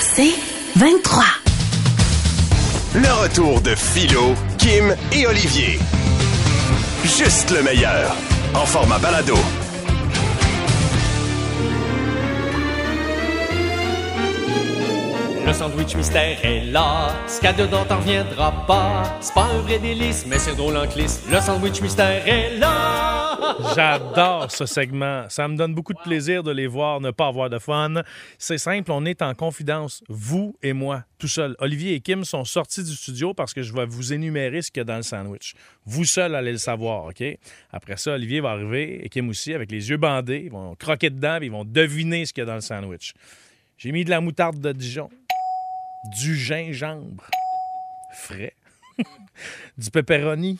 C'est 23. Le retour de Philo, Kim et Olivier. Juste le meilleur. En format balado. Le sandwich mystère est là, ce qu'il y a dedans t'en reviendra pas. C'est pas un vrai délice, mais c'est drôle en clisse. Le sandwich mystère est là. J'adore ce segment. Ça me donne beaucoup de plaisir de les voir, ne pas avoir de fun. C'est simple, on est en confidence, vous et moi, tout seul. Olivier et Kim sont sortis du studio parce que je vais vous énumérer ce qu'il y a dans le sandwich. Vous seul allez le savoir, OK? Après ça, Olivier va arriver et Kim aussi, avec les yeux bandés. Ils vont croquer dedans et ils vont deviner ce qu'il y a dans le sandwich. J'ai mis de la moutarde de Dijon, du gingembre frais, du pepperoni,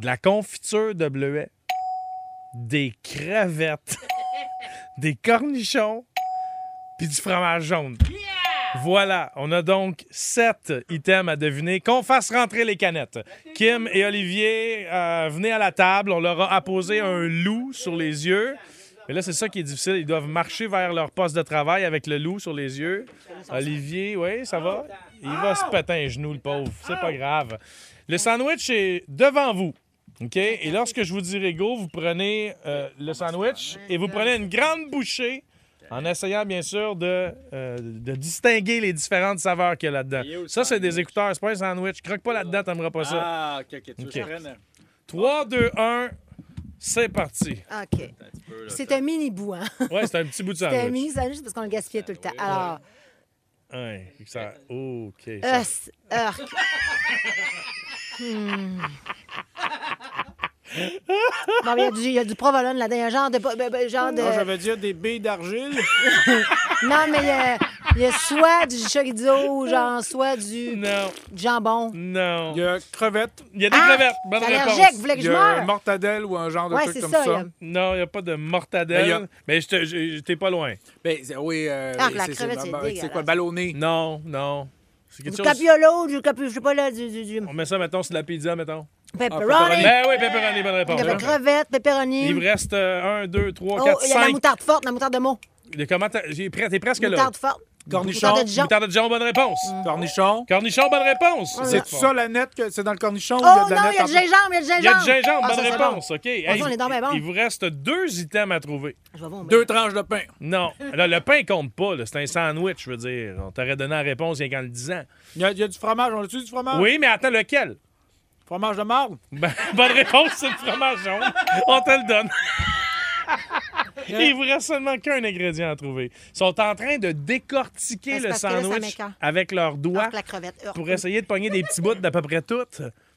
de la confiture de bleuet, des crevettes, des cornichons, puis du fromage jaune. Voilà, on a donc sept items à deviner. Qu'on fasse rentrer les canettes. Kim et Olivier, euh, venez à la table. On leur a apposé un loup sur les yeux. Et là, c'est ça qui est difficile. Ils doivent marcher vers leur poste de travail avec le loup sur les yeux. Olivier, oui, ça va? Il va se péter un genou, le pauvre. C'est pas grave. Le sandwich est devant vous. OK? Et lorsque je vous dirai go, vous prenez euh, le sandwich et vous prenez une grande bouchée en essayant, bien sûr, de, euh, de distinguer les différentes saveurs qu'il y a là-dedans. Ça, c'est des écouteurs. C'est pas un sandwich. Croque pas là-dedans, t'aimeras pas ça. Ah, ok, ok. Tu veux que je Ok. prenne? 3, 2, 1, c'est parti. OK. C'est un mini bout, hein? Ouais, c'est un petit bout de C'est un sandwich. mini sandwich parce qu'on le gaspillait tout le temps. Alors, Ouais, ça- OK. ça- us, urk. Hmm. Bon, il y a du- il y, a du provolone là-dedans, il y a un genre de. ben, ben, genre de... Moi, j'avais dit des baies d'argile. Non, mais il y a- il y, a soit du chorizo, genre, soit du Non, du jambon. non. Il y a crevettes. Il y a des Ah! crevettes. Bonne T'es réponse. allergique, vous voulez que Il y je a meure? une mortadelle ou un genre de Ouais, truc c'est comme ça, ça. il y a- Non, il n'y a pas de Mais il y a- mortadelle. Mais je te- je- je- t'es pas loin. Ben, c'est- oui, euh, Ah, oui, la c'est- crevette, c'est c'est c'est dégueulasse. quoi, ballonné? Non, non. C'est quelque Du chose. capiolo, du capi... je sais pas là, du, du, du On met ça, mettons, sur la pizza, mettons. pepperoni. Ben oui, pepperoni, hein. bonne réponse. Il y avait crevettes, pepperoni. Il me reste euh, 1, 2, 3, Oh, 4, il y a la 5. moutarde forte, la moutarde de mot. Comment t'as- j'ai- prêt- T'es presque là. Moutarde forte. Cornichon. Moutarde de Dijon. Mm. Moutarde de Dijon, bonne réponse. Cornichon. Cornichon, bonne réponse. C'est ça la nette que c'est dans le cornichon ou il y a Oh de la non, il y a nette du en- gingembre, il y a du gingembre. Il y a du gingembre, Ah, bonne ça, c'est réponse. bon. OK. Ah, ça, on est donc bien bon. il vous reste deux items à trouver. Je vais voir, mais- Deux tranches de pain. Non, là, le pain compte pas. là. C'est un sandwich, je veux dire. On t'aurait donné la réponse il y a qu'en le disant. Il y, a, il y a du fromage. On a-tu du Ah. fromage? Oui, mais attends, lequel? Fromage de marde? Ben, bonne réponse, c'est le fromage jaune. On te le donne. Il vous reste seulement qu'un ingrédient à trouver. Ils sont en train de décortiquer Ben, c'est le parce que là, ça sandwich m'écoeure. avec leurs doigts Urk, la crevette. urk. pour essayer de pogner des petits bouts d'à peu près tout.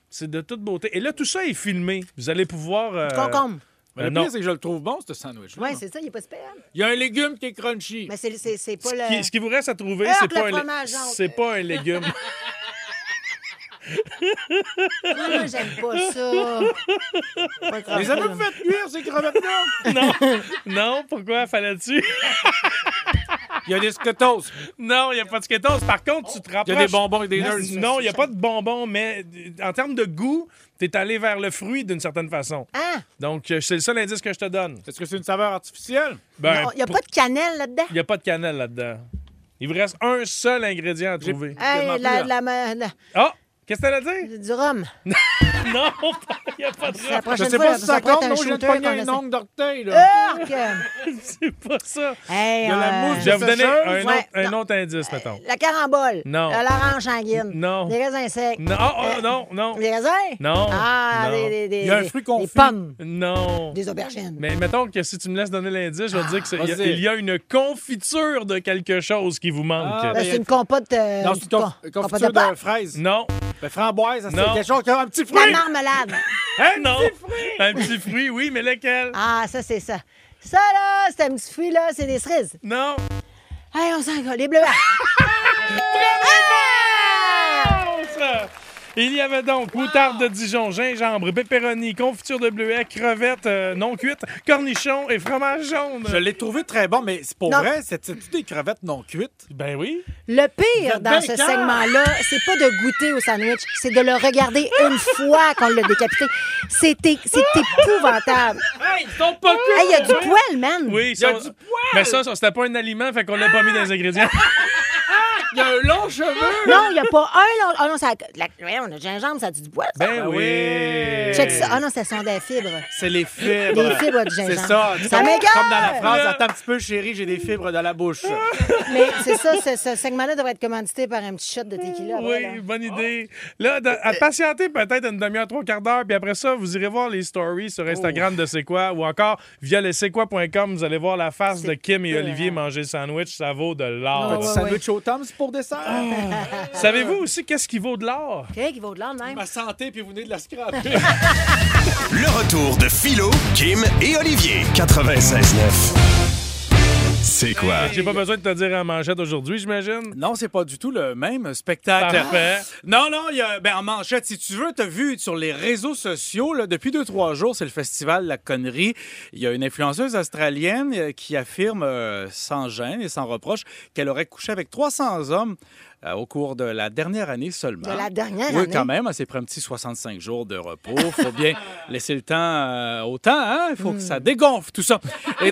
C'est de toute beauté. Et là, tout ça est filmé. Vous allez pouvoir... euh, Concombre. euh, Mais le non. pire, c'est que je le trouve bon, ce sandwich. Oui, c'est ça, il est pas super. Il y a un légume qui est crunchy. Mais c'est- c'est c'est pas Ce qui, ce le. qui vous reste à trouver, Heurte c'est pas, Ah, le un lé- fromage jaune. c'est pas un légume. Moi, Ah, j'aime pas ça. Pas le crevette, Les avez là. vous fait cuire ces crevettes-là? non, non, pourquoi fallait-tu? Il y a des skittles. Non, il n'y a pas de skittles. Par contre, tu te rapproches. Il y a des bonbons et des nerds. Merci. Non, il n'y a pas de bonbons, mais euh, en termes de goût, tu es allé vers le fruit d'une certaine façon. Hein? Donc, euh, c'est le seul indice que je te donne. Est-ce que c'est une saveur artificielle? Ben, Non, Il n'y a pour- pas de cannelle là-dedans. il y a pas de cannelle là-dedans. Il vous reste un seul ingrédient à trouver. Hey, tellement la, plus, la, la- la- Ah! Qu'est-ce que t'allais dire? du rhum. Non, il n'y a pas de C'est la rap. Je prochaine sais fois, pas si ça pourrait être compte. Non, je viens de shooter Euh! pogner qu'on un essaie. ongle d'orteil. là. Urk! C'est pas ça. Hey, Il y a la euh, mousse Je vais vous donner un Ouais, autre, un non. autre indice, mettons. La carambole. Non. Euh, L'orange sanguine. Non. Les raisins secs. Non, oh, oh, non, non, Les raisins? Non. Ah, Non. des, des, des, Il y a un des- fruit confit. Des pommes. non. Des aubergines. Mais mettons que si tu me laisses donner l'indice, je vais te dire qu'il y, a- vas-y. il y a une confiture de quelque chose qui vous manque. Ah, Ben, il y c'est a- une compote. euh, Non, c'est une con- conf- compote confiture de pâte. fraises. Non. Ben, framboise, ça, c'est Non. quelque chose qui a un petit La fruit. marmelade. Hein, non. Un petit fruit, oui, mais lequel? Ah, ça, c'est ça. Ça, là, c'est un petit fruit, là, c'est des cerises. Non. Hey, on s'en va, les bleus. Bonne réponse! Il y avait donc moutarde de Dijon, gingembre, pepperoni, confiture de bleuet, crevettes euh, non cuites, cornichons et fromage jaune. Je l'ai trouvé très bon, mais c'est pour Non. vrai, c'était-tu des crevettes non cuites? Ben oui. Le pire êtes dans bien ce cœur. segment-là, c'est pas de goûter au sandwich, c'est de le regarder une fois qu'on l'a décapité. C'est é- c'est épouvantable. Hey, ils sont pas Hey, Il y a du poil, man. Oui, y a ça, du poil! Ah! Mais ça, ça, c'était pas un aliment, fait qu'on l'a pas mis dans les ingrédients. Il y a un long cheveu! Non, il n'y a pas un. long- Ah non, ça, la, ouais, on a gingembre, ça a du poil. ça. Ben oui. Ah oui. Check ça. Ah non, ça sont des fibres. C'est les fibres. Des fibres de gingembre. C'est ça. Ça comme, m'égare! comme dans la phrase, attends un petit peu, chérie, j'ai des fibres dans la Ah, bouche. Mais c'est ça, ce, ce segment-là devrait être commandité par un petit shot de tequila. Oui, voilà. bonne idée. Là, de- à patienter peut-être une demi-heure, trois quarts d'heure, puis après ça, vous irez voir les stories sur Instagram de C'est quoi ou encore via le c'est quoi.com, vous allez voir la face de Kim et épeurant. Olivier manger le sandwich. Oh, Ça vaut de Ah l'or. ouais, Petit sandwich au Tom's pour dessert. Savez-vous aussi qu'est-ce qui vaut de l'or? Quelqu'un qui va au-delà de même. Ma santé, puis vous venez de la scraper. Le retour de Philo, Kim et Olivier. 96.9. C'est quoi? J'ai pas besoin de te dire en manchette aujourd'hui, j'imagine. Non, c'est pas du tout le même spectacle. Parfait. Non, non, il y a, ben, en manchette, si tu veux, t'as vu sur les réseaux sociaux, là, depuis deux, trois jours, c'est le festival La Connerie. Il y a une influenceuse australienne euh, qui affirme, euh, sans gêne et sans reproche, qu'elle aurait couché avec 300 hommes euh, au cours de la dernière année seulement. De la dernière hein? Oui, année? quand même. Elle s'est pris un petit 65 jours de repos. faut bien laisser le temps euh, au temps, hein? Il faut que Hmm. ça dégonfle, tout ça. Et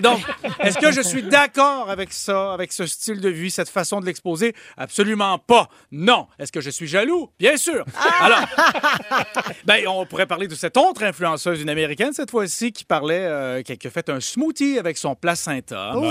donc, est-ce que je suis d'accord avec ça, avec ce style de vie, cette façon de l'exposer? Absolument pas. Non. Est-ce que je suis jaloux? Bien sûr. Ah! Alors, ben, on pourrait parler de cette autre influenceuse, une américaine cette fois-ci, qui parlait, euh, qui a qui a fait un smoothie avec son placenta. Oula,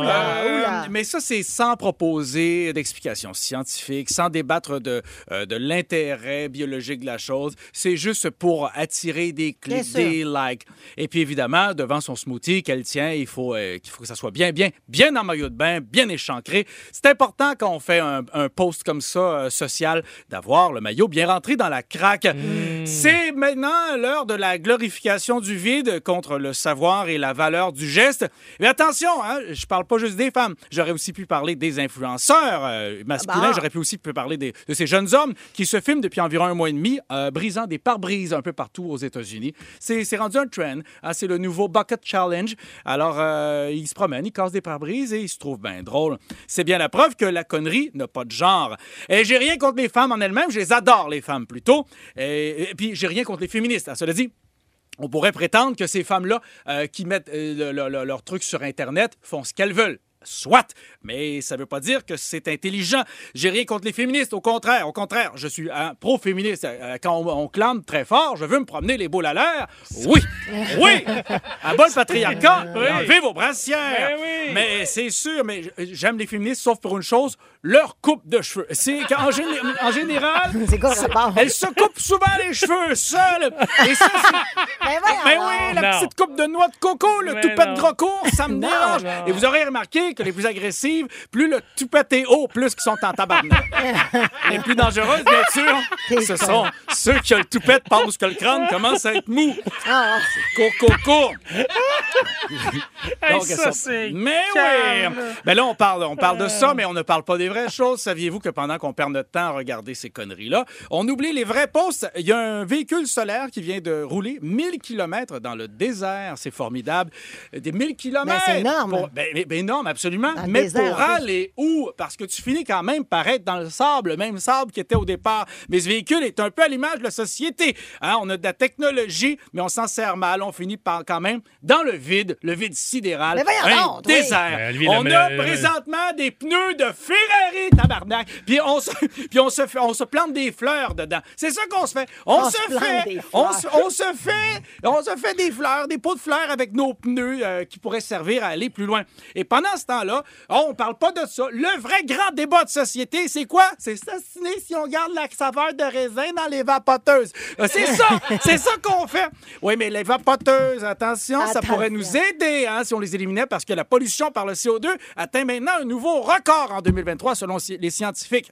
oula, Euh, oula. Mais ça, c'est sans proposer d'explications scientifiques, sans débattre de, euh, de l'intérêt biologique de la chose. C'est juste pour attirer des Bien clics, sûr. des likes. Et puis, évidemment, devant son smoothie qu'elle tient, il faut, euh, qu'il faut que ça soit bien, bien, bien en maillot de bain, bien échancré. C'est important quand on fait un, un post comme ça, euh, social, d'avoir le maillot bien rentré dans la craque. Mm. C'est maintenant l'heure de la glorification du vide contre le savoir et la valeur du geste. Mais attention, hein, je parle pas juste des femmes. J'aurais aussi pu parler des influenceurs euh, masculins. Ah bah. J'aurais pu aussi pu parler des- de ces jeunes hommes qui se filment depuis environ un mois et demi, euh, brisant des pare-brises un peu partout aux États-Unis. C'est c'est rendu un trend. hein, C'est le nouveau Bucket Challenge. Alors, euh, ils se promènent, ils cassent des pare-brises et ils se trouvent bien drôles. C'est bien la preuve que la connerie n'a pas de genre. Et j'ai rien contre les femmes en elles-mêmes. Je les adore, les femmes, plutôt. Et, et puis, j'ai rien contre les féministes. hein, Cela dit, on pourrait prétendre que ces femmes-là euh, qui mettent euh, le- le- le- leurs trucs sur Internet font ce qu'elles veulent. Soit, mais ça ne veut pas dire que c'est intelligent. J'ai rien contre les féministes, au contraire, au contraire, je suis un pro-féministe. Euh, Quand on, on clame très fort, je veux me promener les boules à l'air. Oui, oui, à bon patriarcat, enlevez vos brassières. Ben oui. Mais c'est sûr, mais j- j'aime les féministes, sauf pour une chose, leur coupe de cheveux. C'est qu'en gé- en général, C'est quoi le rapport? elles se coupent souvent les cheveux seules. Et ça, c'est- Ben voyons ben donc. oui, la Non. petite coupe de noix de coco, le Mais toupet non. de gros court, ça me dérange. non. Et vous aurez remarqué que les plus agressives, plus le toupet est haut, plus qu'ils sont en tabarnak. les plus dangereuses, bien sûr, ce sont ceux qui ont le toupet parce que le crâne commence à être mou. Ah, Coco, coco. Hey, Donc, ça, elles sont- c'est Mais calme. Euh. oui! Mais là, on parle, on parle de ça, mais on ne parle pas des vraies choses. Saviez-vous que pendant qu'on perd notre temps à regarder ces conneries-là, on oublie les vrais postes? Il y a un véhicule solaire qui vient de rouler 1000 km dans le désert. C'est formidable. Des 1000 km! Mais Ben, c'est énorme. ben, ben- ben énorme, absolument. Dans le mais désert, pour en plus. aller où? Parce que tu finis quand même par être dans le sable, le même sable qui était au départ. Mais ce véhicule est un peu à l'image de la société. hein. on a de la technologie, mais on s'en sert mal. On finit par quand même dans le vide, le vide sidéral Mais voyons un donc, oui. désert. Ben, Olivier, on la- a la- la- présentement des pneus de Ferrari, tabarnak. Puis on se, puis on se, fait- on se plante des fleurs dedans. C'est ça qu'on se fait. On, On se, se plante fait, des on fleurs. se, on se fait, on se fait des fleurs, des pots de fleurs avec nos pneus euh, qui pourraient servir à aller plus loin. Et pendant ce temps-là, oh, on parle pas de ça. Le vrai grand débat de société, c'est quoi C'est s'assiner si on garde la saveur de raisin dans les vapoteuses. Euh, C'est ça, c'est ça qu'on fait. Oui, mais les vapoteuses, attention, ça Attention. pourrait nous aider hein, si on les éliminait parce que la pollution par le CO2 atteint maintenant un nouveau record en 2023 selon si- les scientifiques.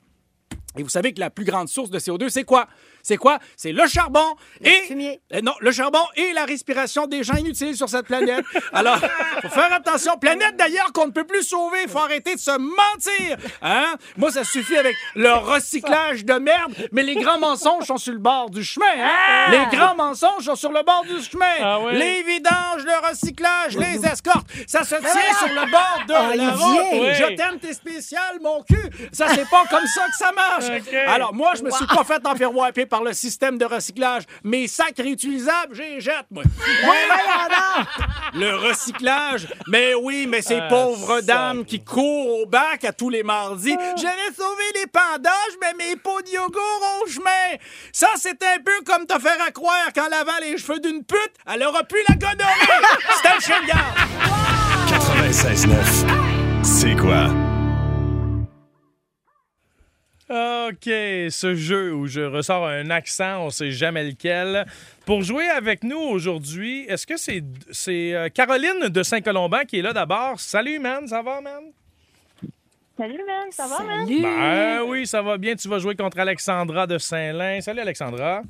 Et vous savez que la plus grande source de CO2, c'est quoi? C'est quoi? C'est le charbon et... fumier. Eh Non, le charbon et la respiration des gens inutiles sur cette planète. Alors, faut faire attention. Planète d'ailleurs qu'on ne peut plus sauver. Faut arrêter de se mentir. Hein? Moi, ça suffit avec le recyclage de merde, mais les grands mensonges sont sur le bord du chemin. hein? Les grands mensonges sont sur le bord du chemin. Ah oui? Les vidanges, le recyclage, les escortes, ça se tient sur le bord de la route. Olivier! Oui. Je t'aime, t'es spécial, mon cul. Ça, c'est pas comme ça que ça marche. OK. Alors, moi, je me suis pas fait enferroiper par le système de recyclage. Mes sacs réutilisables, j'ai jette, moi. Oui, le recyclage. Mais oui, mais ces Ah, pauvres ça. dames qui courent au bac à tous les mardis. J'avais sauvé les pendages, mais mes pots de yogourt au chemin. Ça, c'est un peu comme te faire à croire qu'en lavant les cheveux d'une pute, elle aura pu la gonorrhée. C'était le chien de garde. 96.9. C'est quoi? OK, ce jeu où je ressors un accent, on sait jamais lequel. Pour jouer avec nous aujourd'hui, est-ce que c'est c'est, euh, Caroline de Saint-Colomban qui est là d'abord? Salut, man, ça va, man? Salut, man, ça va, man? Salut. Ben oui, ça va bien. Tu vas jouer contre Alexandra de Saint-Lin. Salut, Alexandra.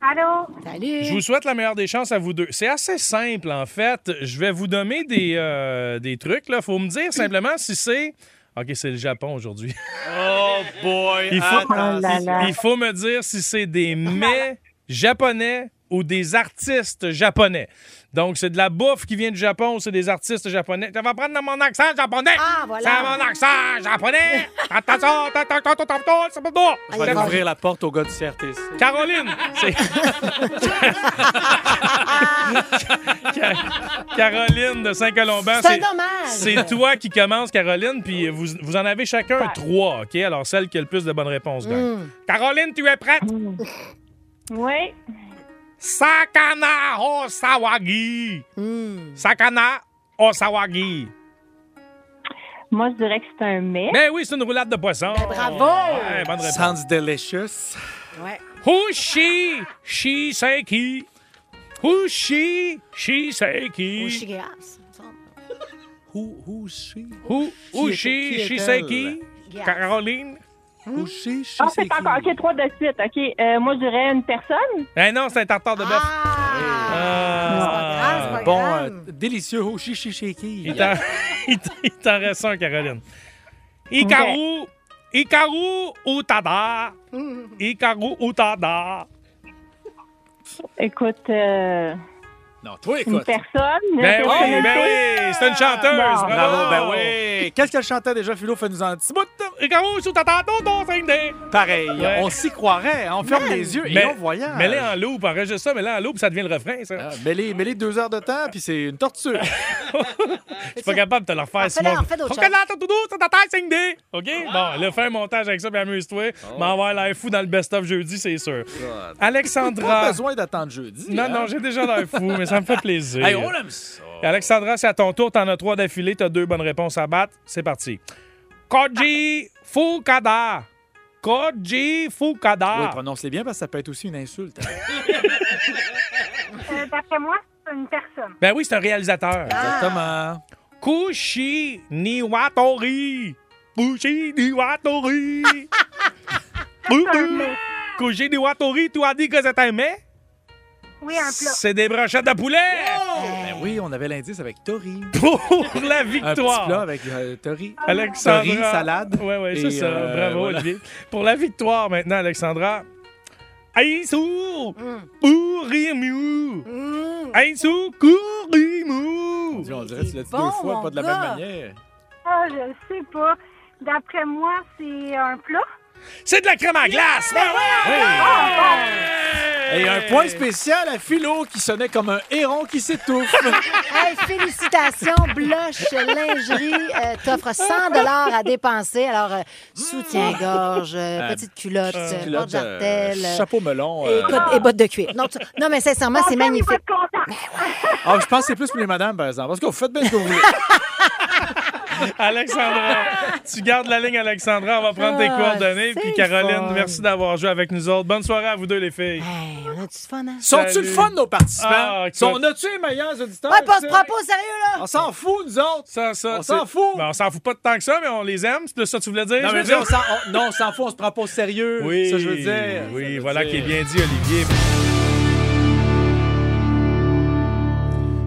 Allô? Salut. Je vous souhaite la meilleure des chances à vous deux. C'est assez simple, en fait. Je vais vous donner des, euh, des trucs. Il faut me dire simplement si c'est... OK, c'est le Japon aujourd'hui. Oh boy! Il faut- Ah, Oh là là. Il faut me dire si c'est des mets japonais ou des artistes japonais. Donc, c'est de la bouffe qui vient du Japon ou c'est des artistes japonais. Tu vas prendre dans mon accent japonais. Ah, voilà. C'est mon accent japonais. Attention, t'entends, t'entends, t'entends, c'est pas bon. Ah, il va- la porte au gars du CRTC. Caroline, c'est... Caroline de Saint-Colomban, C'est un dommage. c'est toi qui commence, Caroline, puis vous, vous en avez chacun trois, OK? Alors, celle qui a le plus de bonnes réponses gagne. Caroline, tu es prête? Oui. Sakana Osawagi. Hmm. Sakana Osawagi. Moi, je dirais que c'est un mais. Mais oui, c'est une roulade de poisson. Ah Bravo. Ouais, bonne réponse. Sounds delicious. Ouais. Hushi Shiseki. Hushi Shiseki. Ushigas, il me semble. Who, who's she? Hu- Qui Hushi est- qui Shiseki. est-elle? Caroline. Who's she? She, Ah, c'est c'est pas encore. qui? OK, trois de suite. OK. Euh, moi, je dirais une personne. Eh non, c'est un tartare de bœuf. Ah. Ah. C'est pas grave, c'est pas Bon, grave. euh, délicieux. Who's she? She, she, qui? Il t'en- il t'en- il t'en reste un, Caroline. Ikaru. Ikaru Utada. Ikaru Utada. Écoute, euh, Non, toi, une écoute. personne. une Ben oui, personnalité. ben oui, c'est une chanteuse. Bon. Oh! Bravo, ben oui. Qu'est-ce qu'elle chantait déjà, Philo? Fais-nous un petit bout. Ikaru Utada, dodo, sende. Pareil, Ouais. on s'y croirait. On ferme les yeux et on Ben, voyage. Mets-les en loupe, enregistre ça, mets-les en loupe, ça devient le refrain, ça. Ah, mets-les- mets-les deux heures de temps, puis c'est une torture. Je suis pas capable de te le refaire, Fais-le, Simon. fais d'autres Ok, là, tout doux, tout à terre, 5D. OK? Ah. Bon, là, fais un montage avec ça, puis amuse-toi. M'en va l'air fou dans le best-of jeudi, c'est sûr. Pas Alexandra. Ah, ben. besoin d'attendre jeudi. Non, hein. euh, non, j'ai déjà l'air fou, mais ça me fait plaisir. Hey, on aime ça. Alexandra, c'est à ton tour. T'en as trois d'affilée. T'as deux bonnes réponses à battre. C'est parti. Koji Fukada. Koji Oui, Fukada. prononce-les bien parce que ça peut être aussi une insulte. hein. D'après moi, c'est une personne. ben oui, c'est un réalisateur. Exactement. Kushi Niwatori. Kushi Niwatori. Bou, bou. Kushi Niwatori, tu as dit que c'était un mets? Oui, un C'est des brochettes de poulet Ben oui, on avait l'indice avec Tori. pour la Un petit plat victoire. avec euh, Tori. Alexandra. Riz, salade. Ouais, ouais, Et, c'est ça. euh, Bravo, voilà. Olivier. Pour la victoire maintenant, Alexandra. Aïssou! Mm. Kourimu! Aïssou! Kourimu! On dirait que tu l'as dit C'est deux bon, fois, mon pas de la gars. même manière. Ah, je sais pas. D'après moi, c'est un plat. C'est de la crème à glace! Ben ouais! Ah, Et un point spécial à Philo qui sonnait comme un héron qui s'étouffe. Hey, félicitations, Bloche Lingerie euh, t'offre 100 dollars à dépenser. Alors, euh, soutien-gorge, euh, petite culotte, euh, Ah. Culotte, euh, porte-jartel, euh, chapeau melon. et, euh. côte- et bottes de cuir. Non, tu- non, mais sincèrement, c'est magnifique. Pas de contact. Ah, je pense que c'est plus pour les madames, par exemple. Parce que vous faites bien ce que vous voulez. Alexandra, tu gardes la ligne, Alexandra. On va prendre tes Ah, coordonnées. c'est Puis Caroline, fun. merci d'avoir joué avec nous autres. Bonne soirée à vous deux, les filles. Hey, on a du fun, hein? Sont-tu Salut. le fun, nos participants? Ah, écoute. Sont- on a-tu les meilleurs auditeurs? Ouais, pas se tu sais? prendre pas au sérieux, là! On s'en fout, nous autres. Ça, ça, On s'en c'est- fout. Ben, on s'en fout pas de tant que ça, mais on les aime. C'est plus ça que tu voulais dire? Non, je mais veux je veux dire, dire? on s'en, on- non, on s'en fout, on se prend pas au sérieux. Oui, Ça, je veux dire. Ça, je Oui, veux voilà dire. qui est bien dit, Olivier.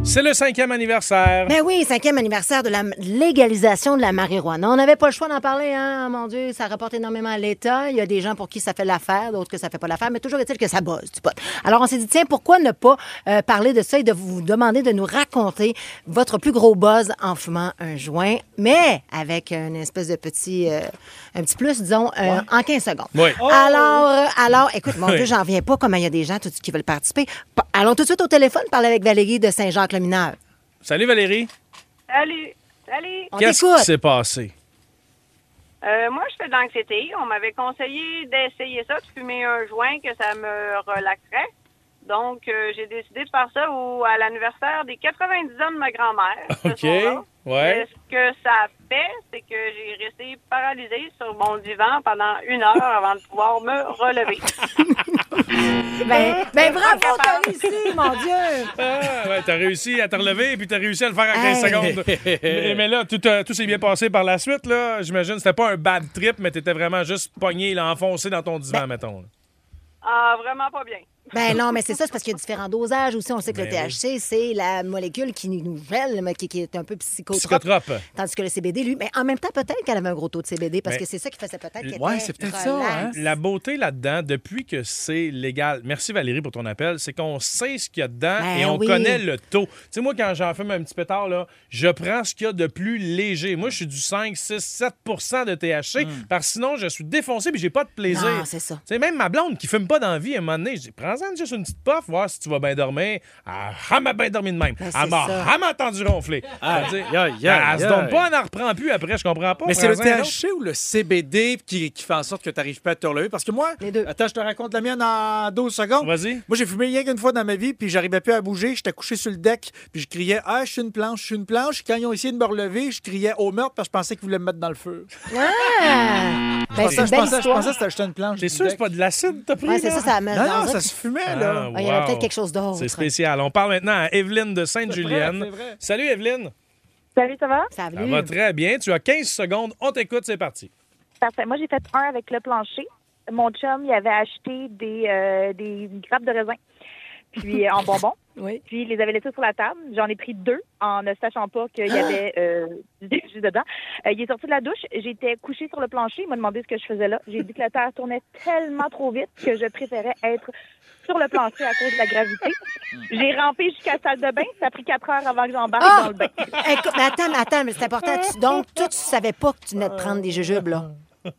C'est le cinquième anniversaire. Ben oui, cinquième anniversaire de la m- légalisation de la marijuana. On n'avait pas le choix d'en parler, hein? Mon Dieu, ça rapporte énormément à l'État. Il y a des gens pour qui ça fait l'affaire, d'autres que ça fait pas l'affaire, mais toujours est-il que ça bosse du pot. Alors, on s'est dit, tiens, pourquoi ne pas euh, parler de ça et de vous demander de nous raconter votre plus gros buzz en fumant un joint, mais avec une espèce de petit, euh, un petit plus, disons, euh, en 15 secondes. Oui. Alors, euh, alors, écoute, mon Oui. Dieu, j'en viens pas comment il y a des gens tout de suite qui veulent participer. Pa- Allons tout de suite au téléphone parler avec Valérie de Saint-Jacques-le-Mineur. Salut Valérie. Salut! Salut! On Qu'est-ce t'écoute. qui s'est passé? Euh, moi, je fais de l'anxiété. On m'avait conseillé d'essayer ça, de fumer un joint, que ça me relaxerait. Donc, euh, j'ai décidé de faire ça au, à l'anniversaire des 90 ans de ma grand-mère. ce OK, soir-là. ouais. Et Ce que ça a fait, c'est que j'ai resté paralysée sur mon divan pendant une heure avant de pouvoir me relever. Ben, ben bravo, t'as réussi, mon Dieu! Ah, ouais, t'as réussi à te relever et puis t'as réussi à le faire en 15 Hey. secondes. mais, mais là, tout, euh, tout s'est bien passé par la suite, là. J'imagine c'était pas un bad trip, mais t'étais vraiment juste pogné, là, enfoncé dans ton divan, mettons. là. Ah, vraiment pas bien. Ben non, mais c'est ça, c'est parce qu'il y a différents dosages aussi. On sait que le Ben oui. THC, c'est la molécule qui nous gèle, mais qui, qui est un peu psychotrope. Psychotrope. Tandis que le CBD, lui, mais en même temps, peut-être qu'elle avait un gros taux de CBD, parce Mais- que c'est ça qui faisait peut-être qu'elle Ben, Ouais, était c'est peut-être ça, relaxe. hein? La beauté là-dedans, depuis que c'est légal, merci Valérie pour ton appel, c'est qu'on sait ce qu'il y a dedans Ben et on oui. connaît le taux. Tu sais, moi, quand j'en fume un petit pétard, là, je prends ce qu'il y a de plus léger. Moi, je suis du 5, 6, 7 de THC, parce que sinon, je suis défoncé et j'ai pas de plaisir. Hmm. Non, c'est ça. Tu sais, même ma blonde qui fume pas d'envie, à un moment donné, je dis, prends-en juste une petite puff, voir si tu vas bien dormir. Ah, m'a bien dormi de même. Ben, c'est elle m'a ça. elle m'a entendu ronfler. Aïe, Fait que, tu sais, aïe, elle aïe, se donne aïe. pas, elle n'en reprend plus après, je comprends pas. Mais c'est le Prends-en un autre. THC ou le CBD qui, qui fait en sorte que tu n'arrives pas à te relever? Parce que moi, Les deux. attends, je te raconte la mienne en 12 secondes. Vas-y. Moi, j'ai fumé rien qu'une fois dans ma vie, puis j'arrivais plus à bouger. J'étais couché sur le deck, puis je criais Ah, je suis une planche, je suis une planche. Quand ils ont essayé de me relever, je criais au meurtre parce que je pensais qu'ils voulaient me mettre dans le feu. Ah! Ben, c'est Je une pensais, belle je histoire. pensais que c'était juste une planche. T'es du sûr que c'est deck. pas de l'acide t'as pris? Ouais, c'est là? ça, ça amène Non, dans non, un- ça se fumait, Ah, là. Ah, il y avait wow. peut-être quelque chose d'autre. C'est spécial. On parle maintenant à Evelyne de Sainte-Julienne. C'est vrai, c'est Salut vrai. Evelyne. Salut, ça va? Ça a Ça voulu. va très bien. Tu as 15 secondes. On t'écoute, c'est parti. Parfait. Moi, j'ai fait un avec le plancher. Mon chum, il avait acheté des, euh, des grappes de raisin, puis euh, en bonbons. Oui. Puis il les avait laissés sur la table. J'en ai pris deux en ne sachant pas qu'il Ah! y avait euh, du jus dedans. Euh, il est sorti de la douche. J'étais couchée sur le plancher. Il m'a demandé ce que je faisais là. J'ai dit que la terre tournait tellement trop vite que je préférais être sur le plancher à cause de la gravité. J'ai rampé jusqu'à la salle de bain. Ça a pris quatre heures avant que j'embarque Ah! dans le bain. Écoute, mais attends, mais attends, mais c'est important. Tu- donc, toi, tu savais pas que tu venais de prendre des jujubes, là.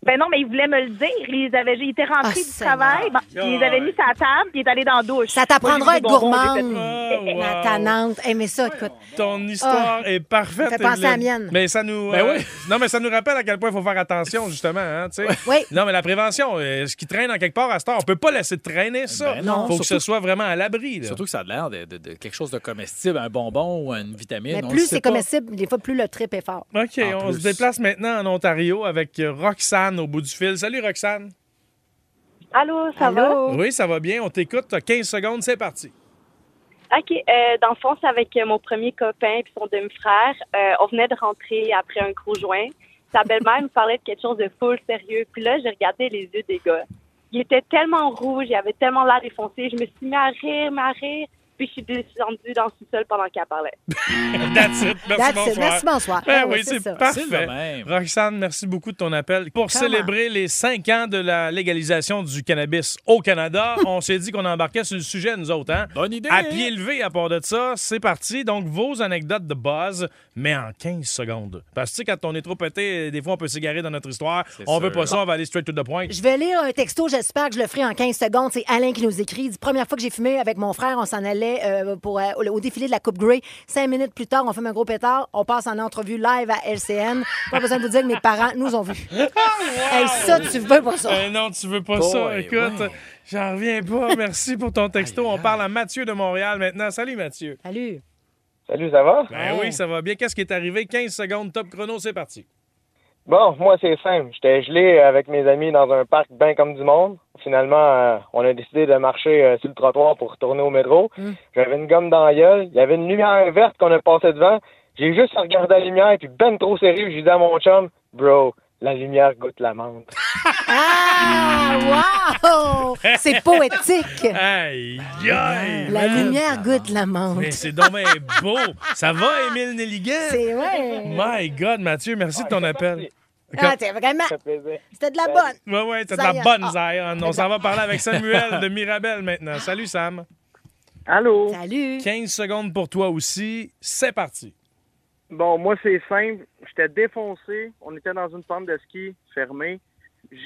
Ben non, mais il voulait me le dire. Il les avait, il était rentré Ah, du Seigneur. travail. Bon, il les avait mis sur la table, puis il est allé dans la douche. Ça t'apprendra à être Moi, j'ai eu des bonbons, j'ai Oh, gourmande. fait- wow. Mm. Ma tanante. Eh, mais ça, écoute. Ton histoire est parfaite. Fait penser Evelyne. à la mienne. Mais ça nous. Ben euh, oui. Non, mais ça nous rappelle à quel point il faut faire attention, justement. Hein, tu sais. Oui. Non, mais la prévention, euh, ce qui traîne en quelque part à cette heure, on peut pas laisser traîner ça. Ben Il non, faut que ce surtout- soit vraiment à l'abri. là. Surtout que ça a l'air de, de- de quelque chose de comestible, un bonbon ou une vitamine. Mais on le plus sait c'est pas. comestible, des fois, plus le trip est fort. OK, En on plus. se déplace maintenant en Ontario avec euh, Roxane au bout du fil. Salut Roxane. Allô, ça Oh. Allô? Oui, ça va bien. On t'écoute. T'as 15 secondes, c'est parti. va? OK. euh, dans le fond, c'est avec euh, mon premier copain et son demi-frère. Euh, on venait de rentrer après un gros joint. Sa belle-mère me parlait de quelque chose de full sérieux. Puis là, j'ai regardé les yeux des gars. Il était tellement rouge, il avait tellement l'air défoncé. Je me suis mis à rire, mais à rire. Puis je suis descendue dans le sous-sol pendant qu'elle parlait. That's it. Merci, That's bonsoir. it. Merci, bonsoir. Ben Ah oui, oui, c'est c'est ça. parfait. C'est le même. Roxane, merci beaucoup de ton appel. Pour Comment? célébrer les cinq ans de la légalisation du cannabis au Canada, on s'est dit qu'on embarquait sur le sujet, nous autres. Hein? Bonne idée. À pied levé, à part de ça, c'est parti. Donc, vos anecdotes de base, mais en 15 secondes. Parce que, tu sais, quand on est trop pété, des fois, on peut s'égarer dans notre histoire. On veut sûr. pas ça, on va aller straight to the point. Je vais lire un texto, j'espère que je le ferai en 15 secondes. C'est Alain qui nous écrit. Il dit Première fois que j'ai fumé avec mon frère, on s'en allait euh, pour, euh, au, au défilé de la Coupe Grey. Cinq minutes plus tard, on fume un gros pétard. On passe en entrevue live à LCN. Pas besoin de vous dire que mes parents nous ont vus. Hey, ça, tu veux pas ça. Ah, Euh, non, tu veux pas Boy, ça. Écoute, ouais. j'en reviens pas. Merci pour ton texto. On parle à Mathieu de Montréal maintenant. Salut, Mathieu. Salut. Salut, ça va? Ben oui, ça va bien. Qu'est-ce qui est arrivé? 15 secondes, top chrono, c'est parti. Bon, moi, c'est simple. J'étais gelé avec mes amis dans un parc bien comme du monde. Finalement, euh, on a décidé de marcher euh, sur le trottoir pour retourner au métro. J'avais une gomme dans la gueule. Il y avait une lumière verte qu'on a passée devant. J'ai juste regardé la lumière, puis ben trop sérieux, j'ai dit à mon chum, « Bro, la lumière goûte la menthe. Ah, wow! C'est poétique. Aïe, aïe! La man. lumière goûte la menthe. Mais c'est donc bien beau. Ça va, Émile Nelligan? C'est vrai. My God, Mathieu, merci de ton appel. Ah, t'es vraiment, Ça fait plaisir. c'était de la bonne. Oui, oui, t'as de la Zion. bonne Ah. Zion. On s'en va parler avec Samuel de Mirabel maintenant. Salut, Sam. Allô? Salut. 15 secondes pour toi aussi. C'est parti. Bon, moi, c'est simple. J'étais défoncé. On était dans une pente de ski fermée.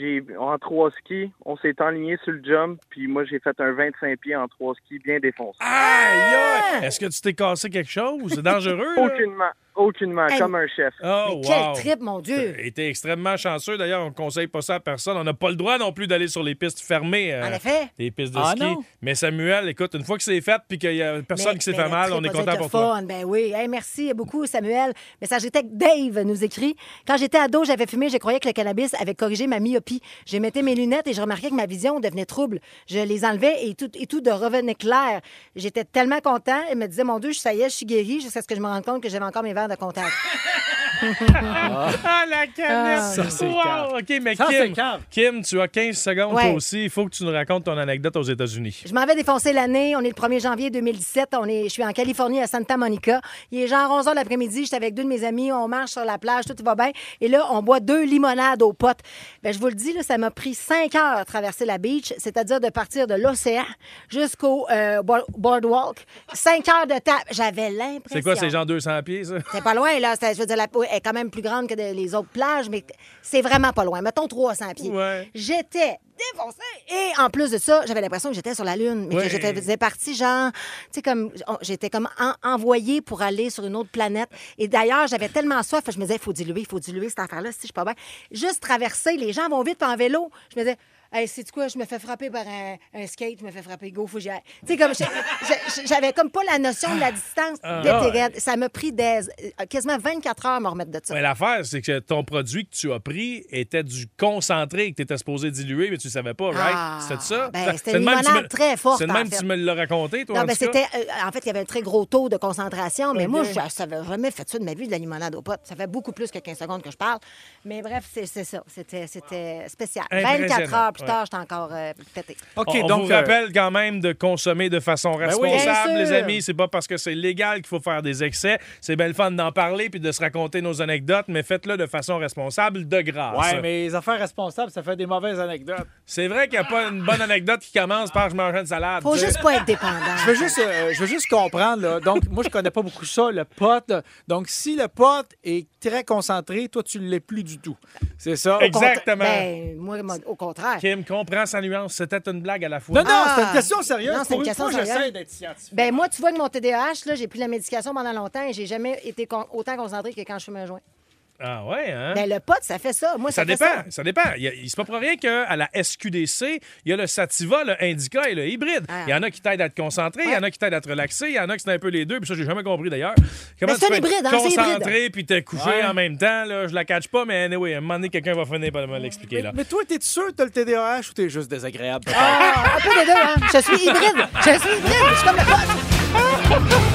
J'ai, en trois skis, on s'est enligné sur le jump, puis moi, j'ai fait un 25 pieds en trois skis bien défoncé. Ah! Aïe, aïe! Est-ce que tu t'es cassé quelque chose? C'est dangereux? là? Aucunement, aucunement, Hey. comme un chef. Oh, Mais quel wow. trip, mon Dieu. Et t'es extrêmement chanceux. D'ailleurs, on ne conseille pas ça à personne. On n'a pas le droit non plus d'aller sur les pistes fermées. euh, En effet. les pistes de Ah, ski. non. Mais Samuel, écoute, une fois que c'est fait puis qu'il n'y a personne Mais- qui s'est mais fait la mal, on est triposette content de pour toi. fun, Ben oui. Hey, merci beaucoup, Samuel. Message Tech Dave nous écrit Quand j'étais ado, j'avais fumé, je croyais que le cannabis avait corrigé ma myopie. Je mettais mes lunettes et je remarquais que ma vision devenait trouble. Je les enlevais et tout, et tout de revenait clair. J'étais tellement content et me disais Mon Dieu, ça y est, je suis guéri jusqu'à ce que je me rende compte que j'avais encore mes verres de contact. Ah, la canette! Ça, c'est Wow! cave. OK, mais Ça, Ah, c'est Kim, cave. Kim, tu as 15 secondes Ouais. toi aussi. Il faut que tu nous racontes ton anecdote aux États-Unis. Je m'en vais défoncer l'année. On est le 1er janvier 2017. On est, je suis en Californie, à Santa Monica. Il est genre 11 h l'après-midi. J'étais avec deux de mes amis. On marche sur la plage. Tout va bien. Et là, on boit deux limonades aux potes. Ben, je vous le dis, là, ça m'a pris 5 heures à traverser la beach, c'est-à-dire de partir de l'océan jusqu'au euh, bo- boardwalk. 5 heures de tape. J'avais l'impression. C'est quoi, ces gens 200 pieds, ça? C'est pas loin, là. C'est- Je veux dire, la peau est quand même plus grande que de- les autres plages, mais c'est vraiment pas loin. Mettons 300 pieds. Ouais. J'étais défoncée. Et en plus de ça, j'avais l'impression que j'étais sur la Lune, mais Ouais. que j'étais- faisais partie, genre, tu sais, comme, on- j'étais comme en- envoyée pour aller sur une autre planète. Et d'ailleurs, j'avais tellement soif, je me disais, il faut diluer, il faut diluer cette affaire-là, si je suis pas bien. Juste traverser, les gens vont vite, puis en vélo. Je me disais, Hey, c'est quoi, je me fais frapper par un, un skate, je me fais frapper, go, faut que j'y aille. Tu sais, comme, j'ai- j'ai- j'avais comme pas la notion de la distance. Ah. D'être raide. Ça m'a pris des, euh, quasiment 24 heures à me remettre de ça. Mais l'affaire, c'est que ton produit que tu as pris était du concentré que tu étais supposé diluer, mais tu ne savais pas, right? Ah, C'était ça? ben, Ça- c'était c'est de une même que tu limonade me- très forte, C'est de en même que fait. tu me l'as raconté, toi, Non, en ben, tout cas? c'était. euh, en fait, il y avait un très gros taux de concentration, mais moi, je savais jamais fait ça de ma vie, de la limonade aux potes. Ça fait beaucoup plus que 15 secondes que je parle. Mais bref, c'est c'est ça. C'était c'était spécial. 24 Impressionnant, heures plus ouais. tard, j'étais encore euh, pété. OK, on on donc. vous euh, Ben rappelle quand même de consommer de façon oui. responsable, Bien les sûr. amis. C'est pas parce que c'est légal qu'il faut faire des excès. C'est bien le fun d'en parler puis de se raconter nos anecdotes, mais faites-le de façon responsable, de grâce. Ouais, mais les affaires responsables, ça fait des mauvaises anecdotes. C'est vrai qu'il n'y a pas une bonne anecdote qui commence par « je mangeais une salade ». Faut tu sais. juste pas être dépendant. Je veux juste, euh, je veux juste comprendre, là. Donc, moi, je connais pas beaucoup ça, le pote. Donc, si le pote est très concentré, toi, tu l'es plus du tout. C'est ça? Exactement. Ben, moi, moi, au contraire. Kim comprends sa nuance. C'était une blague à la fois. Non, non, c'est Ah. une question sérieuse. Non, c'est Pour une question fois, j'essaie sérieuse. d'être scientifique. Ben moi, tu vois que mon TDAH, là, j'ai pris la médication pendant longtemps et j'ai jamais été con- autant concentrée que quand je fume un joint. Ah ouais, hein? Ben le pot, ça fait ça. Moi, Ça ça, fait dépend, ça. dépend. Il y a- il- C'est pas pour rien qu'à la SQDC, il y a le sativa, le indica et le hybride. Ah. Il y en a qui t'aident à te concentrer, il y en a qui t'aident à te relaxer, il y en a qui c'est un peu les deux, puis ça, j'ai jamais compris d'ailleurs. Comment Mais c'est tu un peux hybride, être hein, c'est hybride. concentré puis te coucher Ouais. en même temps, là, je la catch pas, mais anyway, à un moment donné, quelqu'un va finir par me l'expliquer, là. Ah. Mais toi, t'es sûr que t'as le TDAH ou t'es juste désagréable? ça. Un peu des deux, hein. Je suis hybride. Je suis hybride. Je suis comme le pot.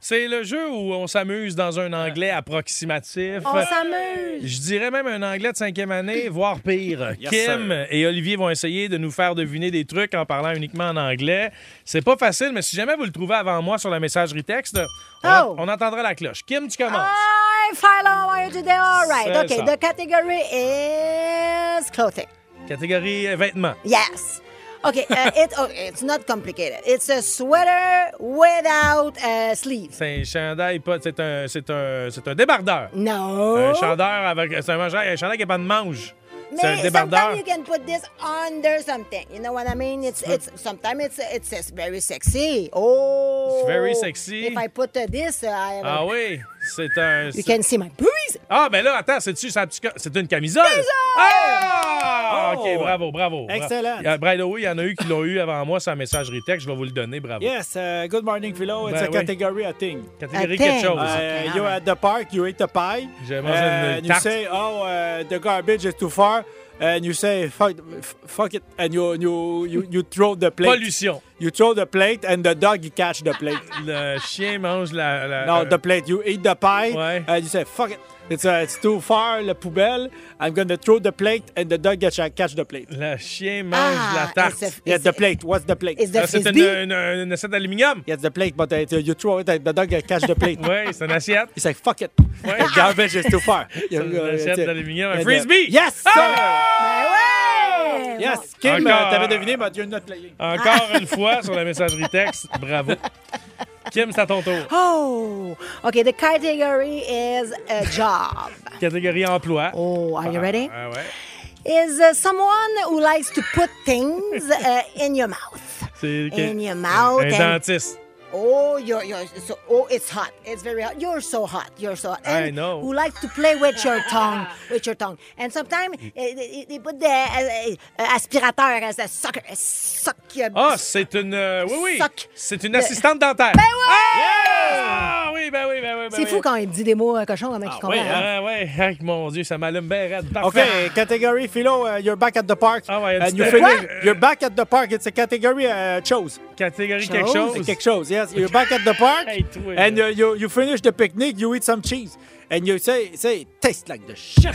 C'est le jeu où on s'amuse dans un anglais approximatif. On s'amuse. Je dirais même un anglais de cinquième année, voire pire. Yes, Kim et Olivier vont essayer de nous faire deviner des trucs en parlant uniquement en anglais. C'est pas facile, mais si jamais vous le trouvez avant moi sur la messagerie texte, on, Oh! Ah! on entendra la cloche. Kim, tu commences. Hi, Philo, are you today? All right. C'est Okay, ça. the category is clothing. Catégorie euh, vêtements. Yes. Okay, uh, it, oh, it's not complicated. It's a sweater without uh, sleeves. C'est un chandail, pas. C'est un, c'est un, c'est un débardeur. No. Un chandail avec. C'est un, manche- un chandail qui n'a pas de manche. C'est un May, débardeur. sometimes you can put this under something. You know what I mean? It's it's sometimes it's it's, it's very sexy. Oh, It's very sexy. If I put uh, this, uh, I Ah oui, c'est un. you c'est- can see my booty. chemise! Ah, ben là, attends, c'est-tu sa petite co- C'est une camisole? Ah! Oh! OK, bravo, bravo. bravo. Excellent. Il y a- By the way, il y en a eu qui l'ont eu avant moi, sa messagerie texte. Je vais vous le donner, bravo. Yes, uh, good morning, Philo. It's Ben a oui. category, I think. Catégorie Attends. Ah, quelque chose. Uh, you're at the park, you ate a pie. J'ai mangé uh, une and you tarte. say, oh, uh, the garbage is too far. And you say, fuck, f- fuck it. And you, you, you, you throw the plate. Pollution. You throw the plate and the dog, he catch the plate. Le chien mange la. la- no, euh, the plate. You eat the pie. Ouais. And you say, fuck it. It's, uh, it's too far, la poubelle. I'm going to throw the plate and the dog catch, catch the plate. Le chien mange la Ah, tarte. SF. Yeah, Is the it- plate. What's the plate? Is the Ah, C'est une, frisbee? une, une assiette d'aluminium. Yes, the plate, but uh, you throw it, and the dog catch the plate. Oui, c'est une assiette. He's like, fuck it. Ouais. The garbage is too far. C'est une assiette d'aluminium. Un frisbee. uh, Ah! Yes, sir. Ben ouais! Yes, Kim, Encore. euh, t'avais deviné, but you're not playing. Encore Ah. une fois sur la messagerie texte. Bravo. Kim, c'est à ton tour. Oh! OK, the category is a job. Catégorie emploi. Ah. Oh, are you ready? Ah ouais. Is uh, someone who likes to put things uh, in your mouth. C'est In your mouth. un hein. and- dentiste. Oh, you're, you're so, oh, it's hot. It's very hot. You're so hot. You're so hot. I And know. Who likes to play with your tongue, with your tongue. And sometimes eh, they, they put the uh, aspirateur as a sucker, a suck. your- Ah, c'est une. euh, oui, oui. Soc. C'est une De- assistante dentaire. Ben ouais! Ah, oui, ben oui, ben oui. ben C'est oui. fou quand il dit des mots euh, cochons, comment il comprend. Oui, hein? ah, ouais. Ah, mon Dieu, ça m'allume bien raide. OK, Parfait. category, Philo, uh, you're back at the park. Ah ouais, and tu you t'es- finish. Quoi? You're back at the park. It's a category uh, chose. Catégorie quelque Chose. chose. Quelque chose, yes. You're back at the park. Hey, toi, and là. uh, you, you finish the picnic, you eat some cheese. And you say, say, tastes like the shit.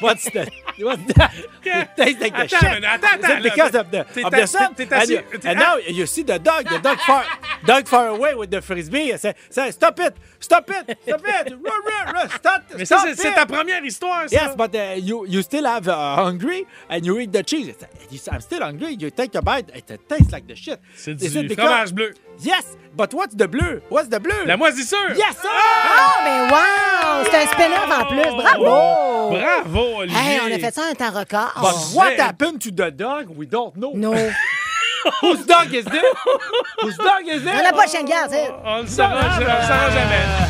what's that? What's that? It tastes like the Attends, shit. mais attends, Is it attends, là, because of the, t'es of assis- the sun? t'es and, assis- you, t'es- and now you see the dog, the dog far, dog far away with the frisbee. Say, say, stop it, stop it, stop it, run, run, run, stop, Mais ça, stop c'est- it. c'est ta première histoire, ça. Yes, but uh, you you still have uh, hungry and you eat the cheese. It's- it's- I'm still hungry. You take a bite. It tastes like the shit. C'est Is it du because- fromage bleu. Yes, but what's the bleu? What's the bleu? La moisissure. Yes, sir. Ah, mais wow! C'est un spin-off en plus. Bravo! Bravo, Olivier. Hey, on a fait ça en temps record. But Oh, what man. happened to the dog? We don't know. Non. Whose dog is this? Whose dog is this? On n'a pas de chien de garde, c'est. On le saura, on le saura jamais.